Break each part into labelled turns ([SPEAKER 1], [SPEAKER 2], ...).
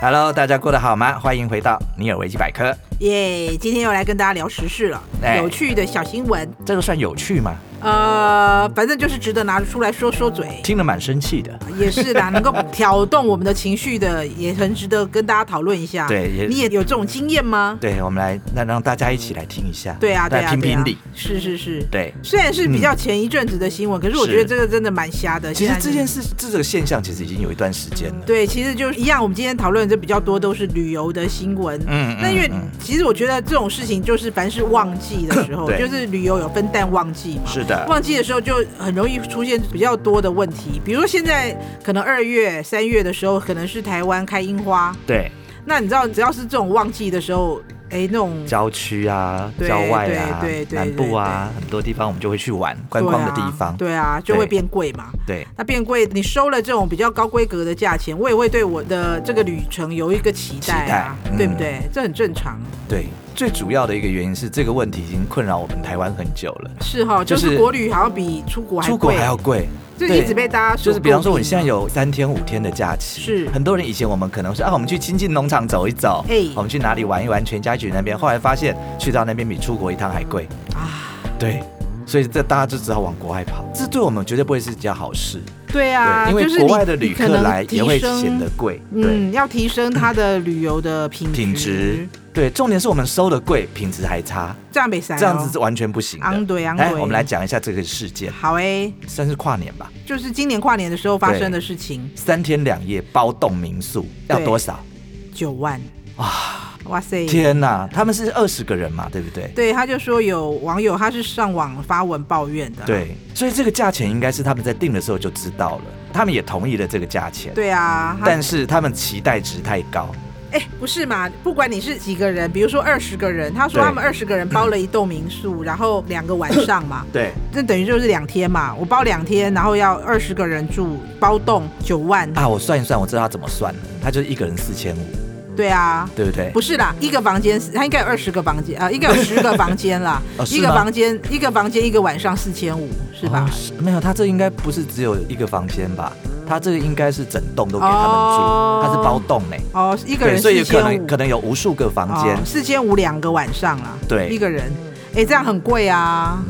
[SPEAKER 1] Hello，大家过得好吗？欢迎回到尼尔维基百科。
[SPEAKER 2] 耶今天又来跟大家聊时事了，
[SPEAKER 1] 哎
[SPEAKER 2] 有趣的小新闻，
[SPEAKER 1] 这个算有趣吗？
[SPEAKER 2] 呃，反正就是值得拿出来说说嘴。
[SPEAKER 1] 听了蛮生气的。
[SPEAKER 2] 也是啦，能够挑动我们的情绪的，也很值得跟大家讨论一下。
[SPEAKER 1] 对也
[SPEAKER 2] 你也有这种经验吗？
[SPEAKER 1] 对，我们来让让大家一起来听一下，
[SPEAKER 2] 对啊，对
[SPEAKER 1] 来
[SPEAKER 2] 啊，
[SPEAKER 1] 评
[SPEAKER 2] 对啊
[SPEAKER 1] 评理。
[SPEAKER 2] 是是是，
[SPEAKER 1] 对，
[SPEAKER 2] 虽然是比较前一阵子的新闻，可是我
[SPEAKER 1] 嗯是
[SPEAKER 2] 觉得这个真的蛮瞎的。
[SPEAKER 1] 其实
[SPEAKER 2] 现在
[SPEAKER 1] 这件事，这个现象其实已经有一段时间了。
[SPEAKER 2] 对，其实就一样，我们今天讨论的这比较多都是旅游的新闻。
[SPEAKER 1] 嗯
[SPEAKER 2] 那因为
[SPEAKER 1] 嗯
[SPEAKER 2] 其实我觉得这种事情就是凡是旺季的时候，
[SPEAKER 1] 对
[SPEAKER 2] 就是旅游有分淡旺季嘛。
[SPEAKER 1] 是的，
[SPEAKER 2] 旺季的时候就很容易出现比较多的问题，比如说现在可能二月、三月的时候，可能是台湾开樱花。
[SPEAKER 1] 对，
[SPEAKER 2] 那你知道，只要是这种旺季的时候，哎，那种
[SPEAKER 1] 郊区啊，
[SPEAKER 2] 对
[SPEAKER 1] 郊外啊
[SPEAKER 2] 对对，对
[SPEAKER 1] 南部啊，很多地方我们就会去玩观光的地方。
[SPEAKER 2] 对啊，对啊就会
[SPEAKER 1] 啊对
[SPEAKER 2] 变贵嘛。
[SPEAKER 1] 对，
[SPEAKER 2] 那变贵，你收了这种比较高规格的价钱，我也会对我的这个旅程有一个期待啊，
[SPEAKER 1] 期待嗯
[SPEAKER 2] 对不对？这很正常，
[SPEAKER 1] 对，最主要的一个原因是这个问题已经困扰我们台湾很久了，
[SPEAKER 2] 是哈、
[SPEAKER 1] 就
[SPEAKER 2] 就
[SPEAKER 1] 是
[SPEAKER 2] 是国旅好像比出国还贵，
[SPEAKER 1] 出国还要贵。
[SPEAKER 2] 就
[SPEAKER 1] 对
[SPEAKER 2] 一直被大家所
[SPEAKER 1] 就是比方说，
[SPEAKER 2] 诟
[SPEAKER 1] 你
[SPEAKER 2] 病
[SPEAKER 1] 现在有三天五天的假期，
[SPEAKER 2] 是
[SPEAKER 1] 很多人以前我们可能是啊，我们去亲近农场走一走，
[SPEAKER 2] 哎
[SPEAKER 1] 我们去哪里玩一玩，全家一起去那边。后来发现去到那边比出国一趟还贵，
[SPEAKER 2] 啊，
[SPEAKER 1] 对，所以这大家就只好往国外跑，这对我们绝对不会是一件好事，
[SPEAKER 2] 对啊，
[SPEAKER 1] 对，因
[SPEAKER 2] 就是
[SPEAKER 1] 为
[SPEAKER 2] 你
[SPEAKER 1] 国外的旅
[SPEAKER 2] 你
[SPEAKER 1] 客
[SPEAKER 2] 可能
[SPEAKER 1] 来也会
[SPEAKER 2] 提升
[SPEAKER 1] 显得贵，对。
[SPEAKER 2] 嗯，要提升它的旅游的品
[SPEAKER 1] 品质，对，重点是我们收的贵，品质还差，
[SPEAKER 2] 这样哦没塞、
[SPEAKER 1] 这样子是完全不行的。
[SPEAKER 2] 哎昂对昂
[SPEAKER 1] 来，
[SPEAKER 2] 对
[SPEAKER 1] 我们来讲一下这个事件，
[SPEAKER 2] 好哎、
[SPEAKER 1] 算是跨年吧，
[SPEAKER 2] 就是今年跨年的时候发生的事情，
[SPEAKER 1] 三天两夜包栋民宿要
[SPEAKER 2] 对
[SPEAKER 1] 多少？
[SPEAKER 2] 九万哇哇塞！
[SPEAKER 1] 天呐，他们是二十个人嘛，对不对？
[SPEAKER 2] 对，他就说有网友他是上网发文抱怨的，
[SPEAKER 1] 对，所以这个价钱应该是他们在定的时候就知道了，他们也同意了这个价钱，
[SPEAKER 2] 对啊，他
[SPEAKER 1] 但是他们期待值太高，
[SPEAKER 2] 哎、不是嘛？不管你是几个人，比如说二十个人，他说他们二十个人包了一栋民 宿，然后两个晚上嘛，
[SPEAKER 1] 对，
[SPEAKER 2] 那等于就是两天嘛。我包两天，然后要二十个人住，包栋九万，
[SPEAKER 1] 啊，我算一算，我知道他怎么算了，他就是一个人四千五，
[SPEAKER 2] 对啊。
[SPEAKER 1] 对不对？
[SPEAKER 2] 不是啦，一个房间，他应该有二十个房间啊、呃应该有十个房间啦
[SPEAKER 1] 。哦
[SPEAKER 2] 一
[SPEAKER 1] 是吗
[SPEAKER 2] 个房间，一个房间，一个晚上四千五，是吧
[SPEAKER 1] 哦？是没有，他这应该不是只有一个房间吧？他这个应该是整栋都给他们住，
[SPEAKER 2] 哦
[SPEAKER 1] 他是包栋呢、
[SPEAKER 2] 哦，一个
[SPEAKER 1] 对，
[SPEAKER 2] 人
[SPEAKER 1] 所以有
[SPEAKER 2] 四
[SPEAKER 1] 可
[SPEAKER 2] 千五哦
[SPEAKER 1] 能可，能有无数个房间。
[SPEAKER 2] 四千五两个晚上啦。
[SPEAKER 1] 对
[SPEAKER 2] 一个人，哎、这样很贵啊。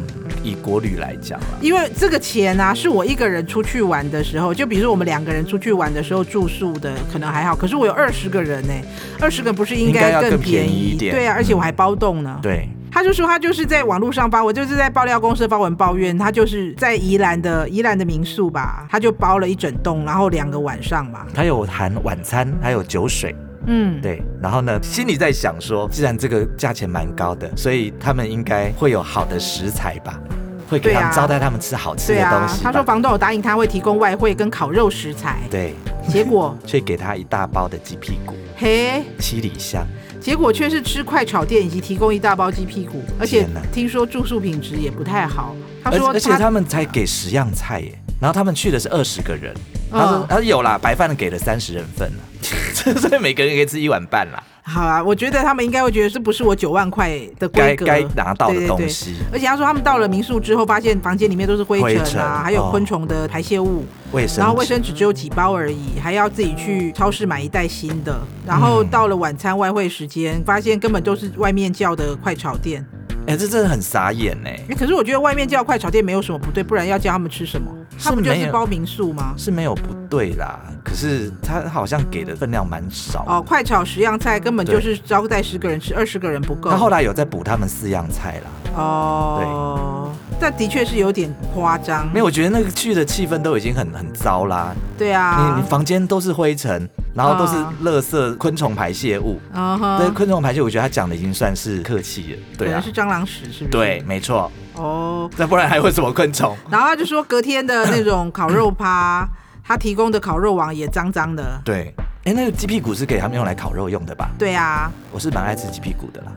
[SPEAKER 1] 以国旅来讲啦，
[SPEAKER 2] 因为这个钱啊，是我一个人出去玩的时候，就比如说我们两个人出去玩的时候住宿的可能还好，可是我有二十个人呢、2二十个不是应
[SPEAKER 1] 应该
[SPEAKER 2] 该
[SPEAKER 1] 要更
[SPEAKER 2] 便
[SPEAKER 1] 便宜一点嗯
[SPEAKER 2] 对啊，而且我还包栋呢。
[SPEAKER 1] 对，
[SPEAKER 2] 他就说他就是在网络上发，我就是在爆料公社发文抱怨，他就是在宜兰的宜兰的民宿吧，他就包了一整栋，然后两个晚上嘛。
[SPEAKER 1] 他有含晚餐，还有酒水，
[SPEAKER 2] 嗯，
[SPEAKER 1] 对。然后呢，心里在想说，既然这个价钱蛮高的，所以他们应该会有好的食材吧，会给他
[SPEAKER 2] 对
[SPEAKER 1] 们
[SPEAKER 2] 啊
[SPEAKER 1] 招待他们吃好吃
[SPEAKER 2] 对
[SPEAKER 1] 的东
[SPEAKER 2] 啊，
[SPEAKER 1] 西吧。
[SPEAKER 2] 他说房东有答应他会提供外汇跟烤肉食材，
[SPEAKER 1] 对，
[SPEAKER 2] 结果
[SPEAKER 1] 却给他一大包的鸡屁股、
[SPEAKER 2] 嘿，
[SPEAKER 1] 七里香，
[SPEAKER 2] 结果却是吃快炒店以及提供一大包鸡屁股，而且
[SPEAKER 1] 天哪
[SPEAKER 2] 听说住宿品质也不太好。他
[SPEAKER 1] 而
[SPEAKER 2] 说
[SPEAKER 1] 而且他们才给十样菜耶，然后他们去的是二十个人，他说、
[SPEAKER 2] 嗯
[SPEAKER 1] 他说有啦，白饭给了三十人份 了，所以每个人可以吃一碗半啦，
[SPEAKER 2] 好啊，我觉得他们应该会觉得这不是我九万块的规
[SPEAKER 1] 该
[SPEAKER 2] 格
[SPEAKER 1] 该拿到的
[SPEAKER 2] 对对
[SPEAKER 1] 东
[SPEAKER 2] 对
[SPEAKER 1] 西。
[SPEAKER 2] 而且他说他们到了民宿之后，发现房间里面都是灰
[SPEAKER 1] 灰
[SPEAKER 2] 尘
[SPEAKER 1] 尘
[SPEAKER 2] 啊，还有昆虫的排泄物，
[SPEAKER 1] 卫生纸，
[SPEAKER 2] 然后卫生纸只有几包而已，还要自己去超市买一袋新的。然后到
[SPEAKER 1] 嗯
[SPEAKER 2] 了晚餐外汇时间，发现根本都是外面叫的快炒店。
[SPEAKER 1] 哎、这真的很傻眼呢，
[SPEAKER 2] 诶可是我觉得外面叫快炒店没有什么不对，不然要叫他们吃什么？他不就是
[SPEAKER 1] 没
[SPEAKER 2] 是
[SPEAKER 1] 有
[SPEAKER 2] 包民宿吗？
[SPEAKER 1] 是没有不对啦，可是他好像给的分量蛮少。
[SPEAKER 2] 哦，快炒十样菜根本
[SPEAKER 1] 对
[SPEAKER 2] 就是招待十个人吃，二十个人不够。
[SPEAKER 1] 他后来有再补他们四样菜啦，
[SPEAKER 2] 哦，但的确是有点夸张。
[SPEAKER 1] 没有，我觉得那个去的气氛都已经很很糟啦。
[SPEAKER 2] 对啊，
[SPEAKER 1] 你你房间都是灰尘，然后都是
[SPEAKER 2] 啊
[SPEAKER 1] 垃圾、昆虫排泄物。
[SPEAKER 2] 啊
[SPEAKER 1] 但是
[SPEAKER 2] 哈，
[SPEAKER 1] 昆虫排泄，我觉得他讲的已经算是客气了，
[SPEAKER 2] 可
[SPEAKER 1] 对
[SPEAKER 2] 能
[SPEAKER 1] 啊
[SPEAKER 2] 是，蟑螂屎是不是？
[SPEAKER 1] 对，没错，
[SPEAKER 2] 哦，
[SPEAKER 1] 那不然还会什么昆虫？
[SPEAKER 2] 然后他就说隔天的那种烤 肉趴，他提供的烤肉网也脏脏的。
[SPEAKER 1] 对，哎，那个鸡屁股是给他们用来烤肉用的吧？
[SPEAKER 2] 对啊，
[SPEAKER 1] 我是蛮爱吃鸡屁股的啦，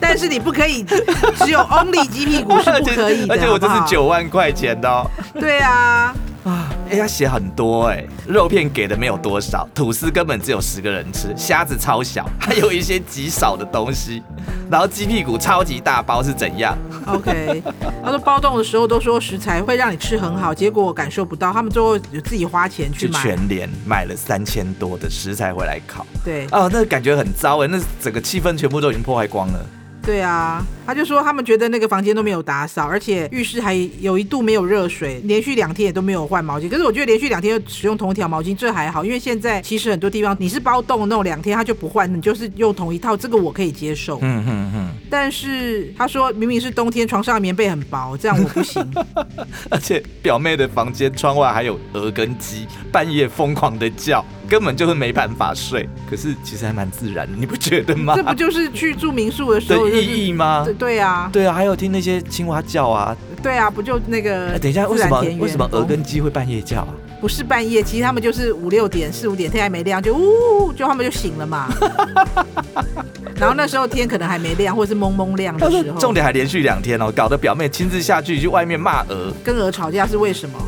[SPEAKER 2] 但是你不可以只有 only 鸡屁股是不可以 的，
[SPEAKER 1] 而 且我这
[SPEAKER 2] 好
[SPEAKER 1] 是
[SPEAKER 2] 不好。
[SPEAKER 1] 九万块钱的哦。
[SPEAKER 2] 对啊，
[SPEAKER 1] 啊，哎、他写很多哎、肉片给的没有多少，吐司根本只有十个人吃，虾子 超小，还有一些极少的东西，然后鸡屁股超级大包是怎样？
[SPEAKER 2] OK，他说包栋的时候都说食材会让你吃很好，结果我感受不到，他们最后有自己花钱去
[SPEAKER 1] 去
[SPEAKER 2] 买。
[SPEAKER 1] 全联买了三千多的食材回来烤，
[SPEAKER 2] 对
[SPEAKER 1] 哦，那感觉很糟哎，那整个气氛全部都已经破坏光了。
[SPEAKER 2] 对啊，他就说他们觉得那个房间都没有打扫，而且浴室还有一度没有热水，连续两天也都没有换毛巾。可是我觉得连续两天使用同一条毛巾这还好，因为现在其实很多地方你是包栋那种两天他就不换，你就是用同一套，这个我可以接受。
[SPEAKER 1] 嗯哼哼，
[SPEAKER 2] 但是他说明明是冬天，床上的棉被很薄，这样我不 行。
[SPEAKER 1] 而且表妹的房间窗外还有鹅跟鸡，半夜疯狂的叫，根本就是没办法睡。可是其实还蛮自然的，你不觉得吗
[SPEAKER 2] 这？不就是去住民宿的时候
[SPEAKER 1] 的
[SPEAKER 2] 就是
[SPEAKER 1] 意义吗
[SPEAKER 2] 对？对啊，
[SPEAKER 1] 对啊，还有听那些青蛙叫啊。
[SPEAKER 2] 对啊，不就那个
[SPEAKER 1] 哎，等一下，为什
[SPEAKER 2] 自然
[SPEAKER 1] 么
[SPEAKER 2] 田园哦
[SPEAKER 1] 为什么鹅
[SPEAKER 2] 风
[SPEAKER 1] 跟鸡会半夜叫啊？
[SPEAKER 2] 不是半夜，其实他们就是五六点、四五点天还没亮，就呜，就他们就醒 了嘛。然后那时候天可能还没亮，或者是蒙蒙亮
[SPEAKER 1] 他
[SPEAKER 2] 的
[SPEAKER 1] 说
[SPEAKER 2] 时候。
[SPEAKER 1] 重点还连续两天哦，搞得表妹亲自下去去外面骂鹅，
[SPEAKER 2] 跟鹅吵架是为什么？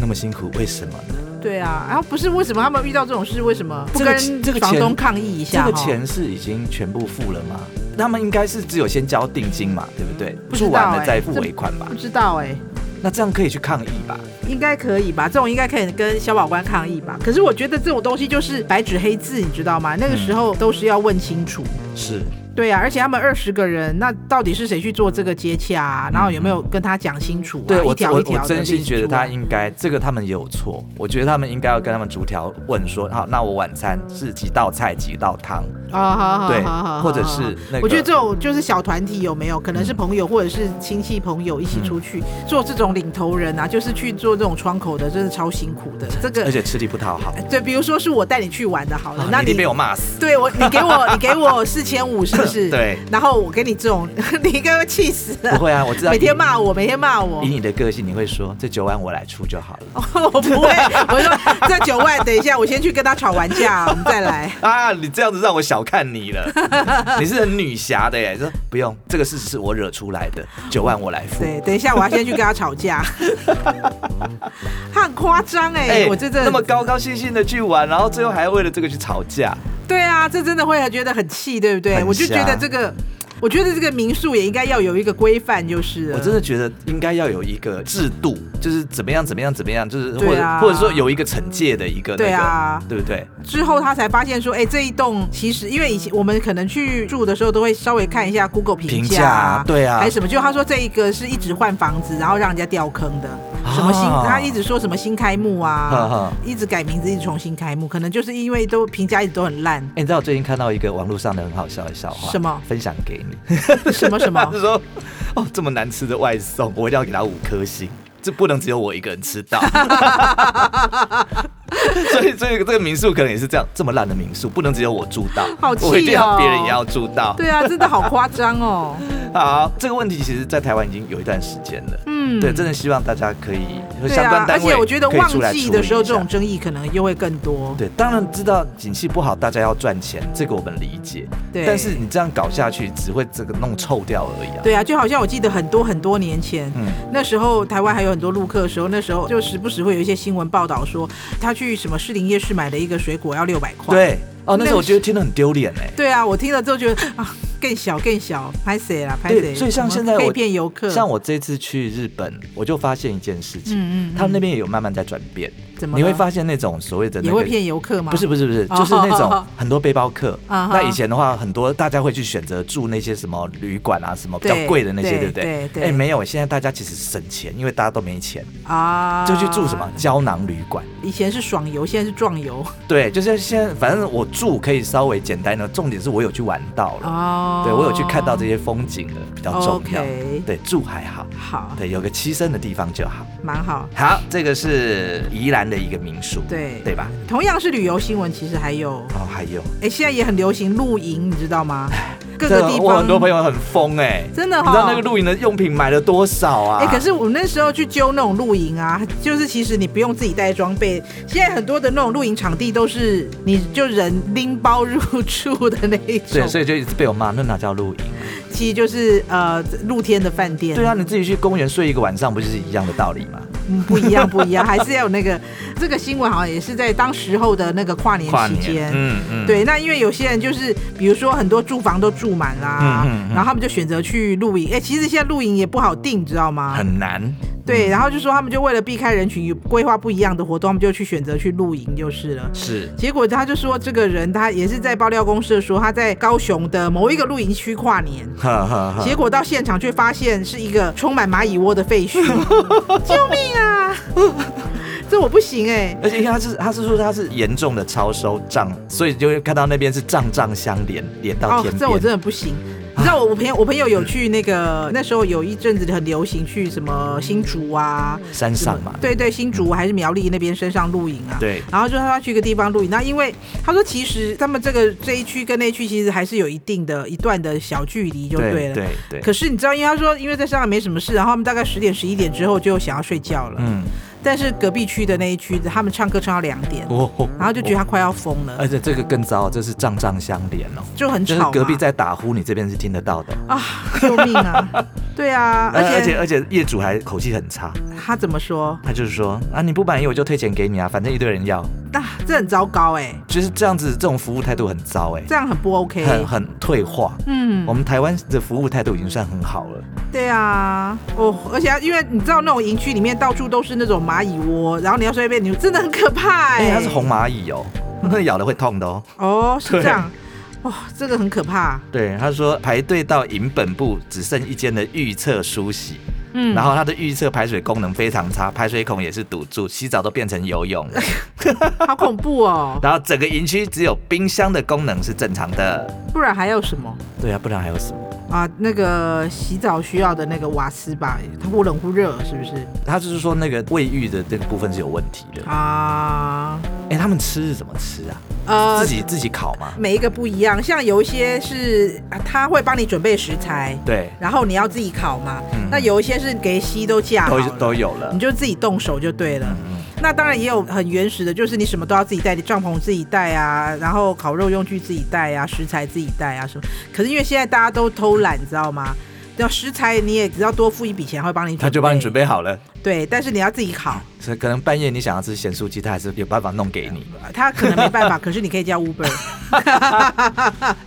[SPEAKER 1] 那么辛苦，为什么呢？
[SPEAKER 2] 对啊，然后不是为什么他们遇到这种事，为什么不
[SPEAKER 1] 这个钱
[SPEAKER 2] 跟
[SPEAKER 1] 这个
[SPEAKER 2] 房
[SPEAKER 1] 钱
[SPEAKER 2] 东抗议一
[SPEAKER 1] 这
[SPEAKER 2] 下？
[SPEAKER 1] 个
[SPEAKER 2] 哈
[SPEAKER 1] 钱是已经全部付了吗？他们应该是只有先交定金嘛，对不对？
[SPEAKER 2] 不知道
[SPEAKER 1] 住完了
[SPEAKER 2] 哎
[SPEAKER 1] 再付
[SPEAKER 2] 这
[SPEAKER 1] 尾款吧
[SPEAKER 2] 不。知道哎、
[SPEAKER 1] 那这样可以去抗议吧？
[SPEAKER 2] 应该可以吧？这种应该可以跟消保官抗议吧？可是我觉得这种东西就是白纸黑字，你知道吗？那个时候都是要问清楚。
[SPEAKER 1] 是，
[SPEAKER 2] 对啊，而且他们二十个人，那到底是谁去做这个接洽、啊？然后有没有跟他讲清楚、
[SPEAKER 1] 嗯
[SPEAKER 2] 啊？
[SPEAKER 1] 对我
[SPEAKER 2] 一条
[SPEAKER 1] 我
[SPEAKER 2] 一条
[SPEAKER 1] 我
[SPEAKER 2] 的
[SPEAKER 1] 真心
[SPEAKER 2] 列
[SPEAKER 1] 觉得
[SPEAKER 2] 出来
[SPEAKER 1] 他应该这个他们也有错，我觉得他们应该要跟他们逐条问说，好，那我晚餐是几道菜几道汤，
[SPEAKER 2] 啊，好好
[SPEAKER 1] 对
[SPEAKER 2] 好好，
[SPEAKER 1] 或者
[SPEAKER 2] 好好
[SPEAKER 1] 是那个，嗯
[SPEAKER 2] 我觉得这种就是小团体有没有可能是朋友或者是亲戚朋友一起出去、做这种领头人啊，就是去做这种窗口的，真是超辛苦的。这个
[SPEAKER 1] 而且吃力不讨好，
[SPEAKER 2] 对，比如说是我带你去玩的，好了，
[SPEAKER 1] 啊
[SPEAKER 2] 那
[SPEAKER 1] 你一定被我骂 死。
[SPEAKER 2] 对我你给我你 给我四千五是不是？
[SPEAKER 1] 对，
[SPEAKER 2] 然后我给你这种， 你应该会气死
[SPEAKER 1] 不
[SPEAKER 2] 了。
[SPEAKER 1] 会啊，我知道
[SPEAKER 2] 每
[SPEAKER 1] 以
[SPEAKER 2] 天骂我，每天骂我
[SPEAKER 1] 以。你的个性，你会说这九万我来出就好了。
[SPEAKER 2] 我不会，我说这九万，等一下，我先去跟他吵完架，我们再来。
[SPEAKER 1] 啊！你这样子让我小看你 了，你是很女侠的耶。说不用，这个事是我惹出来的，九万我来付。
[SPEAKER 2] 对，等一下，我要先去跟他吵架。 他很夸张哎，我这真
[SPEAKER 1] 那么
[SPEAKER 2] 的，
[SPEAKER 1] 高高兴兴的去玩，然后最后还为了这个去吵架，
[SPEAKER 2] 对啊，这真的会觉得很气，对不对？
[SPEAKER 1] 很
[SPEAKER 2] 我就觉得
[SPEAKER 1] 瞎
[SPEAKER 2] 这个，我觉得这个民宿也应该要有一个规范，就是了
[SPEAKER 1] 我真的觉得应该要有一个制度，就是怎么样怎么样怎么样，就是或
[SPEAKER 2] 对
[SPEAKER 1] 者、
[SPEAKER 2] 啊
[SPEAKER 1] 或者说有一个惩戒的一个那个，
[SPEAKER 2] 对啊
[SPEAKER 1] 对不对？
[SPEAKER 2] 之后他才发现说，哎、这一栋其实因为以前我们可能去住的时候都会稍微看一下 Google 评
[SPEAKER 1] 评价对啊
[SPEAKER 2] 还是什么，就他说这一个是一直换房子，然后让人家掉坑的，什么新，
[SPEAKER 1] 啊
[SPEAKER 2] 他一直说什么新开幕 啊，
[SPEAKER 1] 哈哈
[SPEAKER 2] 一直改名字，一直重新开幕，可能就是因为都评价一直都 很烂，
[SPEAKER 1] 哎、你知道我最近看到一个网络上的很好笑的笑话，
[SPEAKER 2] 什么
[SPEAKER 1] 分享给你？
[SPEAKER 2] 什么什
[SPEAKER 1] 他
[SPEAKER 2] 么
[SPEAKER 1] 是，说，哦，这么难吃的外送，我一定要给他五颗星，这不能只有我一个人吃到。 所以，所以这个民宿可能也是这样，这么烂的民宿，不能只有我住到，
[SPEAKER 2] 好气哦
[SPEAKER 1] 我一定要别人也要住到。
[SPEAKER 2] 对啊，真的好夸张哦，
[SPEAKER 1] 好，这个问题其实在台湾已经有一段时间了。
[SPEAKER 2] 嗯，
[SPEAKER 1] 对，真的希望大家可以和
[SPEAKER 2] 对
[SPEAKER 1] 相
[SPEAKER 2] 啊
[SPEAKER 1] 关，
[SPEAKER 2] 而
[SPEAKER 1] 单位
[SPEAKER 2] 且我觉得
[SPEAKER 1] 可以
[SPEAKER 2] 旺
[SPEAKER 1] 出来
[SPEAKER 2] 季
[SPEAKER 1] 处
[SPEAKER 2] 的
[SPEAKER 1] 理
[SPEAKER 2] 时候，
[SPEAKER 1] 一下
[SPEAKER 2] 这种争议可能又会更多，
[SPEAKER 1] 对，当然知道景气不好，大家要赚钱，这个我们理解。
[SPEAKER 2] 对
[SPEAKER 1] 但是你这样搞下去，只会这个弄臭掉而已啊。
[SPEAKER 2] 对啊，就好像我记得很多很多年前，
[SPEAKER 1] 嗯
[SPEAKER 2] 那时候台湾还有很多陆客的时候，那时候就时不时会有一些新闻报道说，他去什么士林夜市买了一个水果要六百块。，
[SPEAKER 1] 对哦，那时
[SPEAKER 2] 那个
[SPEAKER 1] 候我觉得听得很丢脸哎。
[SPEAKER 2] 对啊，我听了之后觉得啊，更小更小，拍谁啦，拍谁？
[SPEAKER 1] 对所以像
[SPEAKER 2] 怎
[SPEAKER 1] 现
[SPEAKER 2] 么
[SPEAKER 1] 在我
[SPEAKER 2] 可以骗游客，
[SPEAKER 1] 像我这次去日本，我就发现一件事情，
[SPEAKER 2] 嗯嗯嗯嗯
[SPEAKER 1] 他们那边也有慢慢在转变。
[SPEAKER 2] 怎么
[SPEAKER 1] 你会
[SPEAKER 2] 了
[SPEAKER 1] 发现那种所谓的那
[SPEAKER 2] 也
[SPEAKER 1] 个
[SPEAKER 2] 会骗游客吗？
[SPEAKER 1] 不是不是不是，
[SPEAKER 2] 哦
[SPEAKER 1] 就是那
[SPEAKER 2] 好好
[SPEAKER 1] 种
[SPEAKER 2] 好
[SPEAKER 1] 很多背包客。
[SPEAKER 2] 啊哈
[SPEAKER 1] 那以前的话，很多大家会去选择住那些什么旅馆啊，什么比较
[SPEAKER 2] 对
[SPEAKER 1] 贵的那些，
[SPEAKER 2] 对
[SPEAKER 1] 对不对
[SPEAKER 2] 对？对
[SPEAKER 1] 哎，没有，现在大家其实省钱，因为大家都没钱，
[SPEAKER 2] 啊，
[SPEAKER 1] 就去住什么？胶囊旅馆。
[SPEAKER 2] 以前是爽游，现在是壮游
[SPEAKER 1] 对，就是现在，反正我住可以稍微简单的，重点是我有去玩到了，
[SPEAKER 2] 哦。
[SPEAKER 1] 对我有去看到这些风景了，比较重要。
[SPEAKER 2] OK
[SPEAKER 1] 对，住还好，
[SPEAKER 2] 好，
[SPEAKER 1] 对，有个栖身的地方就好。
[SPEAKER 2] 蛮好。
[SPEAKER 1] 好，这个是宜兰的一个民宿，
[SPEAKER 2] 对
[SPEAKER 1] 对吧？
[SPEAKER 2] 同样是旅游新闻，其实还有，
[SPEAKER 1] 哦，还有
[SPEAKER 2] 哎、现在也很流行露营，你知道吗？各
[SPEAKER 1] 这
[SPEAKER 2] 个地方，
[SPEAKER 1] 我很多朋友很疯哎、
[SPEAKER 2] 真的
[SPEAKER 1] 你知道
[SPEAKER 2] 哈
[SPEAKER 1] 那个露营的用品买了多少啊？
[SPEAKER 2] 哎、可是我们那时候去揪那种露营啊，就是其实你不用自己带装备，现在很多的那种露营场地都是你就人拎包入住的那一种
[SPEAKER 1] 对，，所以就一直被我骂，那哪叫露营？
[SPEAKER 2] 其实就是呃露天的饭店，
[SPEAKER 1] 对啊，你自己去公园睡一个晚上，不就是一样的道理吗？
[SPEAKER 2] 嗯，不一样不一样， 还是要有那个这个新闻好像也是在当时候的那个跨年
[SPEAKER 1] 跨
[SPEAKER 2] 期
[SPEAKER 1] 年
[SPEAKER 2] 间，，
[SPEAKER 1] 嗯嗯，
[SPEAKER 2] 对，那因为有些人就是，比如说很多住房都住满啦，
[SPEAKER 1] 嗯嗯嗯
[SPEAKER 2] 然后他们就选择去露营。哎、其实现在露营也不好定，你知道吗？
[SPEAKER 1] 很难。
[SPEAKER 2] 对，然后就说他们就为了避开人群，有规划不一样的活动，他们就去选择去露营就是了。
[SPEAKER 1] 是
[SPEAKER 2] 结果他就说，这个人他也是在爆料公社说他在高雄的某一个露营区跨年，
[SPEAKER 1] 哈哈哈，
[SPEAKER 2] 结果到现场却发现是一个充满蚂蚁窝的废墟，救命啊！这我不行哎、
[SPEAKER 1] 而且因为他是他是说他是严重的超收账，所以就会看到那边是账账相连，连到天边。
[SPEAKER 2] 哦这我真的不行。你知道我我朋友我朋友有去那个那时候有一阵子很流行去什么新竹啊，
[SPEAKER 1] 山上嘛，
[SPEAKER 2] 对对，新竹还是苗栗那边山上露营啊。。
[SPEAKER 1] 对，
[SPEAKER 2] 然后就说他去一个地方露营，那因为他说其实他们这个这一区跟那一区其实还是有一定的一段的小距离就对
[SPEAKER 1] 对
[SPEAKER 2] 了。
[SPEAKER 1] 对对，
[SPEAKER 2] 可是你知道，因为他说因为在上海没什么事，然后他们大概十点十一点之后就想要睡觉了。
[SPEAKER 1] 嗯，
[SPEAKER 2] 但是隔壁区的那一区他们唱歌唱到两点，
[SPEAKER 1] 我
[SPEAKER 2] 然后就觉得他快要疯了，
[SPEAKER 1] 哦而且这个更糟，这是账账相连哦，
[SPEAKER 2] 就很
[SPEAKER 1] 呃就
[SPEAKER 2] 吵
[SPEAKER 1] 是
[SPEAKER 2] 嘛。
[SPEAKER 1] 隔壁在打呼，你这边是听得到的。
[SPEAKER 2] 啊，救命啊！ 对啊，而
[SPEAKER 1] 呃而
[SPEAKER 2] 且
[SPEAKER 1] 且而且业主还口气很差，
[SPEAKER 2] 他怎么说？
[SPEAKER 1] 他就是说啊，你不满意我就退钱给你啊，反正一堆人要，
[SPEAKER 2] 那、这很糟糕哎、
[SPEAKER 1] 就是这样子，这种服务态度很糟哎、
[SPEAKER 2] 这样很不 OK。
[SPEAKER 1] 很很退化。
[SPEAKER 2] 嗯
[SPEAKER 1] 我，们台湾的服务态度已经算很好了，
[SPEAKER 2] 对啊，哦，而且因为你知道那种营区里面到处都是那种蚂蚁窝，然后你要睡那边，你真的很可怕
[SPEAKER 1] 而
[SPEAKER 2] 哎、
[SPEAKER 1] 且它是红蚂蚁哦， 那咬了会痛的哦。
[SPEAKER 2] 哦，是
[SPEAKER 1] 对
[SPEAKER 2] 这样，哇、这个很可怕。
[SPEAKER 1] 对，他说排队到营本部只剩一间的预测梳洗，
[SPEAKER 2] 嗯，
[SPEAKER 1] 然后它的预测排水功能非常差，排水孔也是堵住，洗澡都变成游泳了。
[SPEAKER 2] 好恐怖哦，
[SPEAKER 1] 然后整个营区只有冰箱的功能是正常的。
[SPEAKER 2] 不然还有什么
[SPEAKER 1] 对啊，不然还有什么？
[SPEAKER 2] 啊？那个洗澡需要的那个瓦斯吧，它忽冷忽热，是不是
[SPEAKER 1] 他就是说那个卫浴的这个部分是有问题的。
[SPEAKER 2] 啊？
[SPEAKER 1] 哎、他们吃是怎么吃啊？
[SPEAKER 2] 呃
[SPEAKER 1] 自，
[SPEAKER 2] 嗯
[SPEAKER 1] 己自己烤吗？
[SPEAKER 2] 每一个不一样，像有一些是啊他会帮你准备食材，
[SPEAKER 1] 对，
[SPEAKER 2] 然后你要自己烤嘛。
[SPEAKER 1] 嗯
[SPEAKER 2] 那有一些是给西都架好
[SPEAKER 1] 都
[SPEAKER 2] 了
[SPEAKER 1] 都有了
[SPEAKER 2] 你。就自己动手就对
[SPEAKER 1] 嗯
[SPEAKER 2] 了。那当然也有很原始的，就是你什么都要自己带，你帐篷自己带啊，然后烤肉用具自己带啊，食材自己带啊什么。可是因为现在大家都偷懒，你知道吗？要食材你也只要多付一笔钱，他会帮你，
[SPEAKER 1] 他就帮你准
[SPEAKER 2] 备。
[SPEAKER 1] 备好了，
[SPEAKER 2] 对，但是你要自己烤，
[SPEAKER 1] 所以可能半夜你想要吃咸酥鸡，他还是有办法弄给你。
[SPEAKER 2] 他可能没办 法，可是你可以叫 Uber。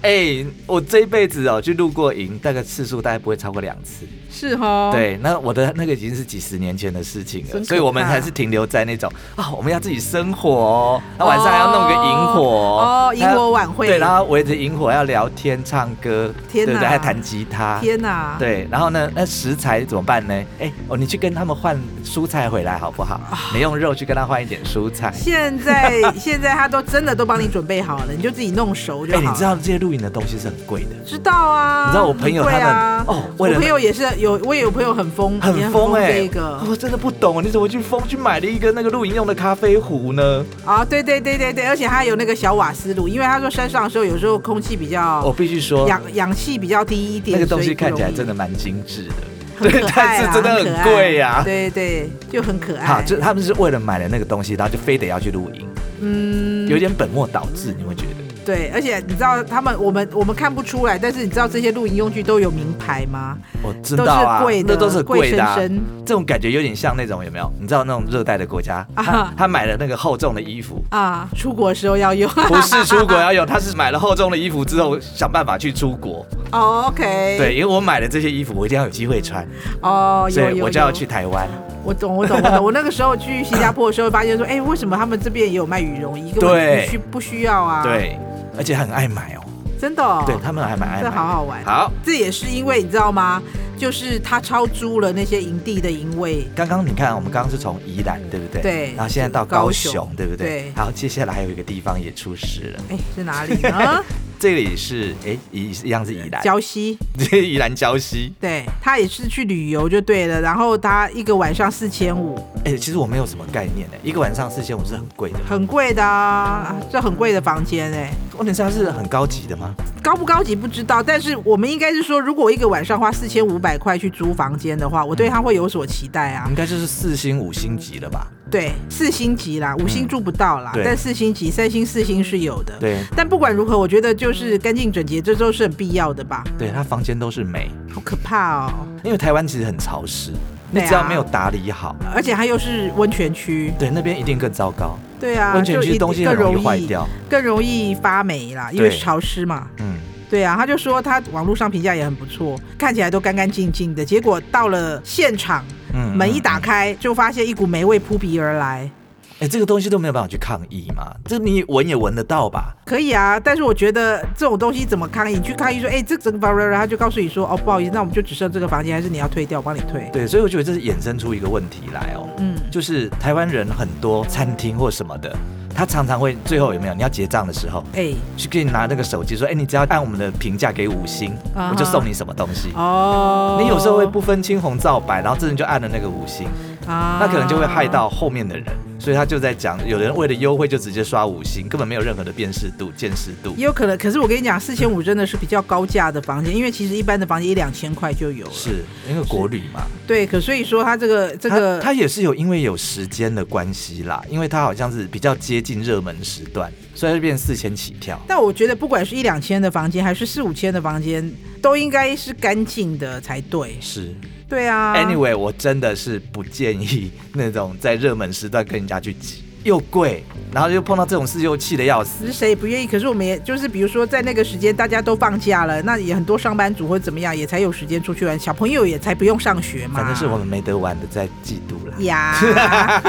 [SPEAKER 1] 哎、我这一辈子哦，去露过营，大概次数大概不会超过两次。
[SPEAKER 2] 是哦，
[SPEAKER 1] 对，那我的那个已经是几十年前的事情
[SPEAKER 2] 真可
[SPEAKER 1] 了，
[SPEAKER 2] 怕
[SPEAKER 1] 所以我们还是停留在那种啊、我们要自己生火、哦，那晚上还要弄个萤火
[SPEAKER 2] 哦哦
[SPEAKER 1] 还要
[SPEAKER 2] 萤火晚会
[SPEAKER 1] 对，然后围着萤火要聊天、唱歌，
[SPEAKER 2] 天
[SPEAKER 1] 对不对？
[SPEAKER 2] 哪
[SPEAKER 1] 还弹吉他，
[SPEAKER 2] 天哪！
[SPEAKER 1] 啊对，然后呢，那食材怎么办呢？哎，哦，你去跟他们换蔬菜回来好不好？
[SPEAKER 2] 啊
[SPEAKER 1] 你用肉去跟他换一点蔬菜。
[SPEAKER 2] 现在现在他都真的都帮你准备好了，你就自己弄熟就
[SPEAKER 1] 哎，
[SPEAKER 2] 好了。
[SPEAKER 1] 你知道这些露营的东西是很贵的，
[SPEAKER 2] 知道啊，
[SPEAKER 1] 你知道我朋友
[SPEAKER 2] 很贵啊
[SPEAKER 1] 他们哦为了
[SPEAKER 2] 我朋友也是有，我也有朋友很啊疯，也
[SPEAKER 1] 很疯
[SPEAKER 2] 这
[SPEAKER 1] 哎、
[SPEAKER 2] 个
[SPEAKER 1] 我真的不懂，你怎么去疯去买了一个那个露营用的咖啡壶呢？
[SPEAKER 2] 啊，对对对对对，而且他有那个小瓦斯炉，因为他说山上的时候有时候空气比
[SPEAKER 1] 我
[SPEAKER 2] 较
[SPEAKER 1] 哦必须说，
[SPEAKER 2] 氧氧气比较低一点，
[SPEAKER 1] 那个东西看起来
[SPEAKER 2] 所以
[SPEAKER 1] 真的蛮精致的。
[SPEAKER 2] 不容
[SPEAKER 1] 对
[SPEAKER 2] 易很可
[SPEAKER 1] 但
[SPEAKER 2] 爱
[SPEAKER 1] 是
[SPEAKER 2] 啦，
[SPEAKER 1] 真的
[SPEAKER 2] 可
[SPEAKER 1] 很
[SPEAKER 2] 爱
[SPEAKER 1] 贵呀
[SPEAKER 2] 对哎对，就很可爱。
[SPEAKER 1] 好，就是他们是为了买了那个东西，然后就非得要去露营，
[SPEAKER 2] 嗯，
[SPEAKER 1] 有点本末倒置，你会觉得？
[SPEAKER 2] 对，而且你知道他们我们我们看不出来，但是你知道这些露营用具都有名牌吗？
[SPEAKER 1] 我知道啊
[SPEAKER 2] 都是贵，的
[SPEAKER 1] 那都是贵的啊、
[SPEAKER 2] 贵生生
[SPEAKER 1] 这种感觉有点像那种有没有？你知道那种热带的国家，
[SPEAKER 2] 啊
[SPEAKER 1] 他他买了那个厚重的衣服，
[SPEAKER 2] 啊，出国的时候要用。
[SPEAKER 1] 不是出国要有，他是买了厚重的衣服之后想办法去出国。
[SPEAKER 2] 哦，OK，
[SPEAKER 1] 对，因为我买了这些衣服，我一定要有机会穿，
[SPEAKER 2] 哦，有
[SPEAKER 1] 所
[SPEAKER 2] 有
[SPEAKER 1] 以我就要
[SPEAKER 2] 有
[SPEAKER 1] 去台湾。
[SPEAKER 2] 我懂，我懂，我懂。我那个时候去新加坡的时候，发现说，哎、为什么他们这边也有卖羽绒衣？根本
[SPEAKER 1] 对
[SPEAKER 2] 不需不需要啊？，
[SPEAKER 1] 对，而且很爱买哦，
[SPEAKER 2] 真的、哦。
[SPEAKER 1] 对他们还蛮爱
[SPEAKER 2] 这好
[SPEAKER 1] 买。
[SPEAKER 2] 好玩。
[SPEAKER 1] 好，
[SPEAKER 2] 这也是因为你知道吗？就是他超租了那些营地的营位。
[SPEAKER 1] 刚刚你看，我们刚刚是从宜兰，对不对？
[SPEAKER 2] 对
[SPEAKER 1] 然后现在到
[SPEAKER 2] 高
[SPEAKER 1] 高
[SPEAKER 2] 雄
[SPEAKER 1] 雄，对不对？
[SPEAKER 2] 对
[SPEAKER 1] 好，接下来还有一个地方也出事了，
[SPEAKER 2] 哎，是哪 里呢？
[SPEAKER 1] 这里是哎，一一样是宜兰，
[SPEAKER 2] 礁溪，
[SPEAKER 1] 这 宜兰礁溪。
[SPEAKER 2] 对他也是去旅游就对了，然后他一个晚上四千五，
[SPEAKER 1] 哎、其实我没有什么概念哎、一个晚上四千五是很贵的。
[SPEAKER 2] 很贵的、啊，这很贵的房间哎、
[SPEAKER 1] 问题是它是很高级的吗？
[SPEAKER 2] 高不高级不知道，但是我们应该是说，如果我一个晚上花四千五百块去租房间的话，我对它会有所期待啊。
[SPEAKER 1] 应该就是四星五星级了吧？
[SPEAKER 2] 对，四星级啦，五星住不到啦，
[SPEAKER 1] 嗯对
[SPEAKER 2] 但四星级、三星、四星是有的。
[SPEAKER 1] 对
[SPEAKER 2] 但不管如何，我觉得就是干净整洁，这都是很必要的吧。
[SPEAKER 1] 对，它房间都是美，
[SPEAKER 2] 好可怕哦！
[SPEAKER 1] 因为台湾其实很潮湿，你
[SPEAKER 2] 对啊
[SPEAKER 1] 只要没有打理好，
[SPEAKER 2] 而且它又是温泉区，
[SPEAKER 1] 对那边一定更糟糕。
[SPEAKER 2] 对啊，
[SPEAKER 1] 温泉
[SPEAKER 2] 就
[SPEAKER 1] 区
[SPEAKER 2] 一
[SPEAKER 1] 东西
[SPEAKER 2] 更
[SPEAKER 1] 很容
[SPEAKER 2] 容
[SPEAKER 1] 易坏掉。
[SPEAKER 2] 更容易发霉啦，因为
[SPEAKER 1] 对
[SPEAKER 2] 潮湿嘛。
[SPEAKER 1] 嗯，
[SPEAKER 2] 对啊，他就说他网络上评价也很不错，看起来都干干净净的。结果到了现场，
[SPEAKER 1] 嗯
[SPEAKER 2] 门一打开，就发现一股霉味扑鼻而来。
[SPEAKER 1] 哎、这个东西都没有办法去抗议嘛，这你闻也闻得到吧？
[SPEAKER 2] 可以啊，但是我觉得这种东西怎么抗议？你去抗议说，哎、这整个房然后他就告诉你说，哦，不好意思，那我们就只剩这个房间，还是你要退掉，我帮你退。
[SPEAKER 1] 对，所以我觉得这是衍生出一个问题来哦，
[SPEAKER 2] 嗯，
[SPEAKER 1] 就是台湾人很多餐厅或什么的，他常常会最后有没有你要结账的时候，
[SPEAKER 2] 哎、
[SPEAKER 1] 去给你拿那个手机说，哎、你只要按我们的评价给五星，
[SPEAKER 2] 啊哈
[SPEAKER 1] 我就送你什么东西。
[SPEAKER 2] 哦，
[SPEAKER 1] 你有时候会不分青红皂白，然后这人就按了那个五星，
[SPEAKER 2] 啊
[SPEAKER 1] 那可能就会害到后面的人，所以他就在讲，有人为了优惠就直接刷五星，根本没有任何的辨识度、见识度。
[SPEAKER 2] 也有可能，可是我跟你讲，四千五真的是比较高价的房间，因为其实一般的房间一两千块就有了。
[SPEAKER 1] 是因为国旅嘛，
[SPEAKER 2] 对，可所以说它这个这个
[SPEAKER 1] 他也是有因为有时间的关系啦，因为他好像是比较接近热门时段，所以它就变四千起跳。
[SPEAKER 2] 但我觉得，不管是一两千的房间，还是四五千的房间，都应该是干净的才对。
[SPEAKER 1] 是
[SPEAKER 2] 对啊
[SPEAKER 1] ，anyway，我真的是不建议那种在热门时段跟人家去挤，又贵，然后又碰到这种事又气得要死。
[SPEAKER 2] 只是谁也不愿意。可是我们也就是，比如说在那个时间大家都放假了，那也很多上班族或怎么样，也才有时间出去玩，小朋友也才不用上学嘛。
[SPEAKER 1] 反正是我们没得玩的在嫉妒啦。
[SPEAKER 2] 呀，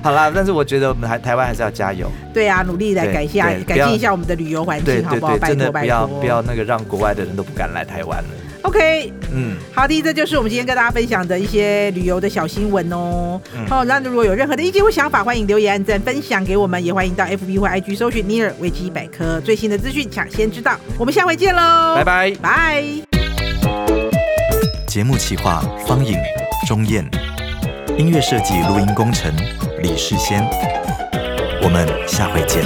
[SPEAKER 1] 好啦，但是我觉得我们还台湾还是要加 油。
[SPEAKER 2] 对啊，努力来
[SPEAKER 1] 对
[SPEAKER 2] 改下
[SPEAKER 1] 对
[SPEAKER 2] 改
[SPEAKER 1] 不要
[SPEAKER 2] 进一下我们的旅游环
[SPEAKER 1] 对
[SPEAKER 2] 境，好
[SPEAKER 1] 对
[SPEAKER 2] 不好？
[SPEAKER 1] 对，
[SPEAKER 2] 拜
[SPEAKER 1] 真
[SPEAKER 2] 托
[SPEAKER 1] 的
[SPEAKER 2] 拜
[SPEAKER 1] 不
[SPEAKER 2] 托
[SPEAKER 1] 要。不要那个让国外的人都不敢来台湾了。
[SPEAKER 2] OK，
[SPEAKER 1] 嗯，
[SPEAKER 2] 好的，这就是我们今天跟大家分享的一些旅游的小新闻哦。
[SPEAKER 1] 嗯
[SPEAKER 2] 好、那如果有任何的意见或想法，欢迎留言、按赞、分享给我们，也欢迎到 FB 或 IG 搜寻“尼尔维基百科”最新的资讯，抢先知道。我们下回见喽，
[SPEAKER 1] 拜，拜。
[SPEAKER 2] 拜。
[SPEAKER 3] 节目企划方颖、钟燕，音乐设计、录音工程李世先。我们下回见。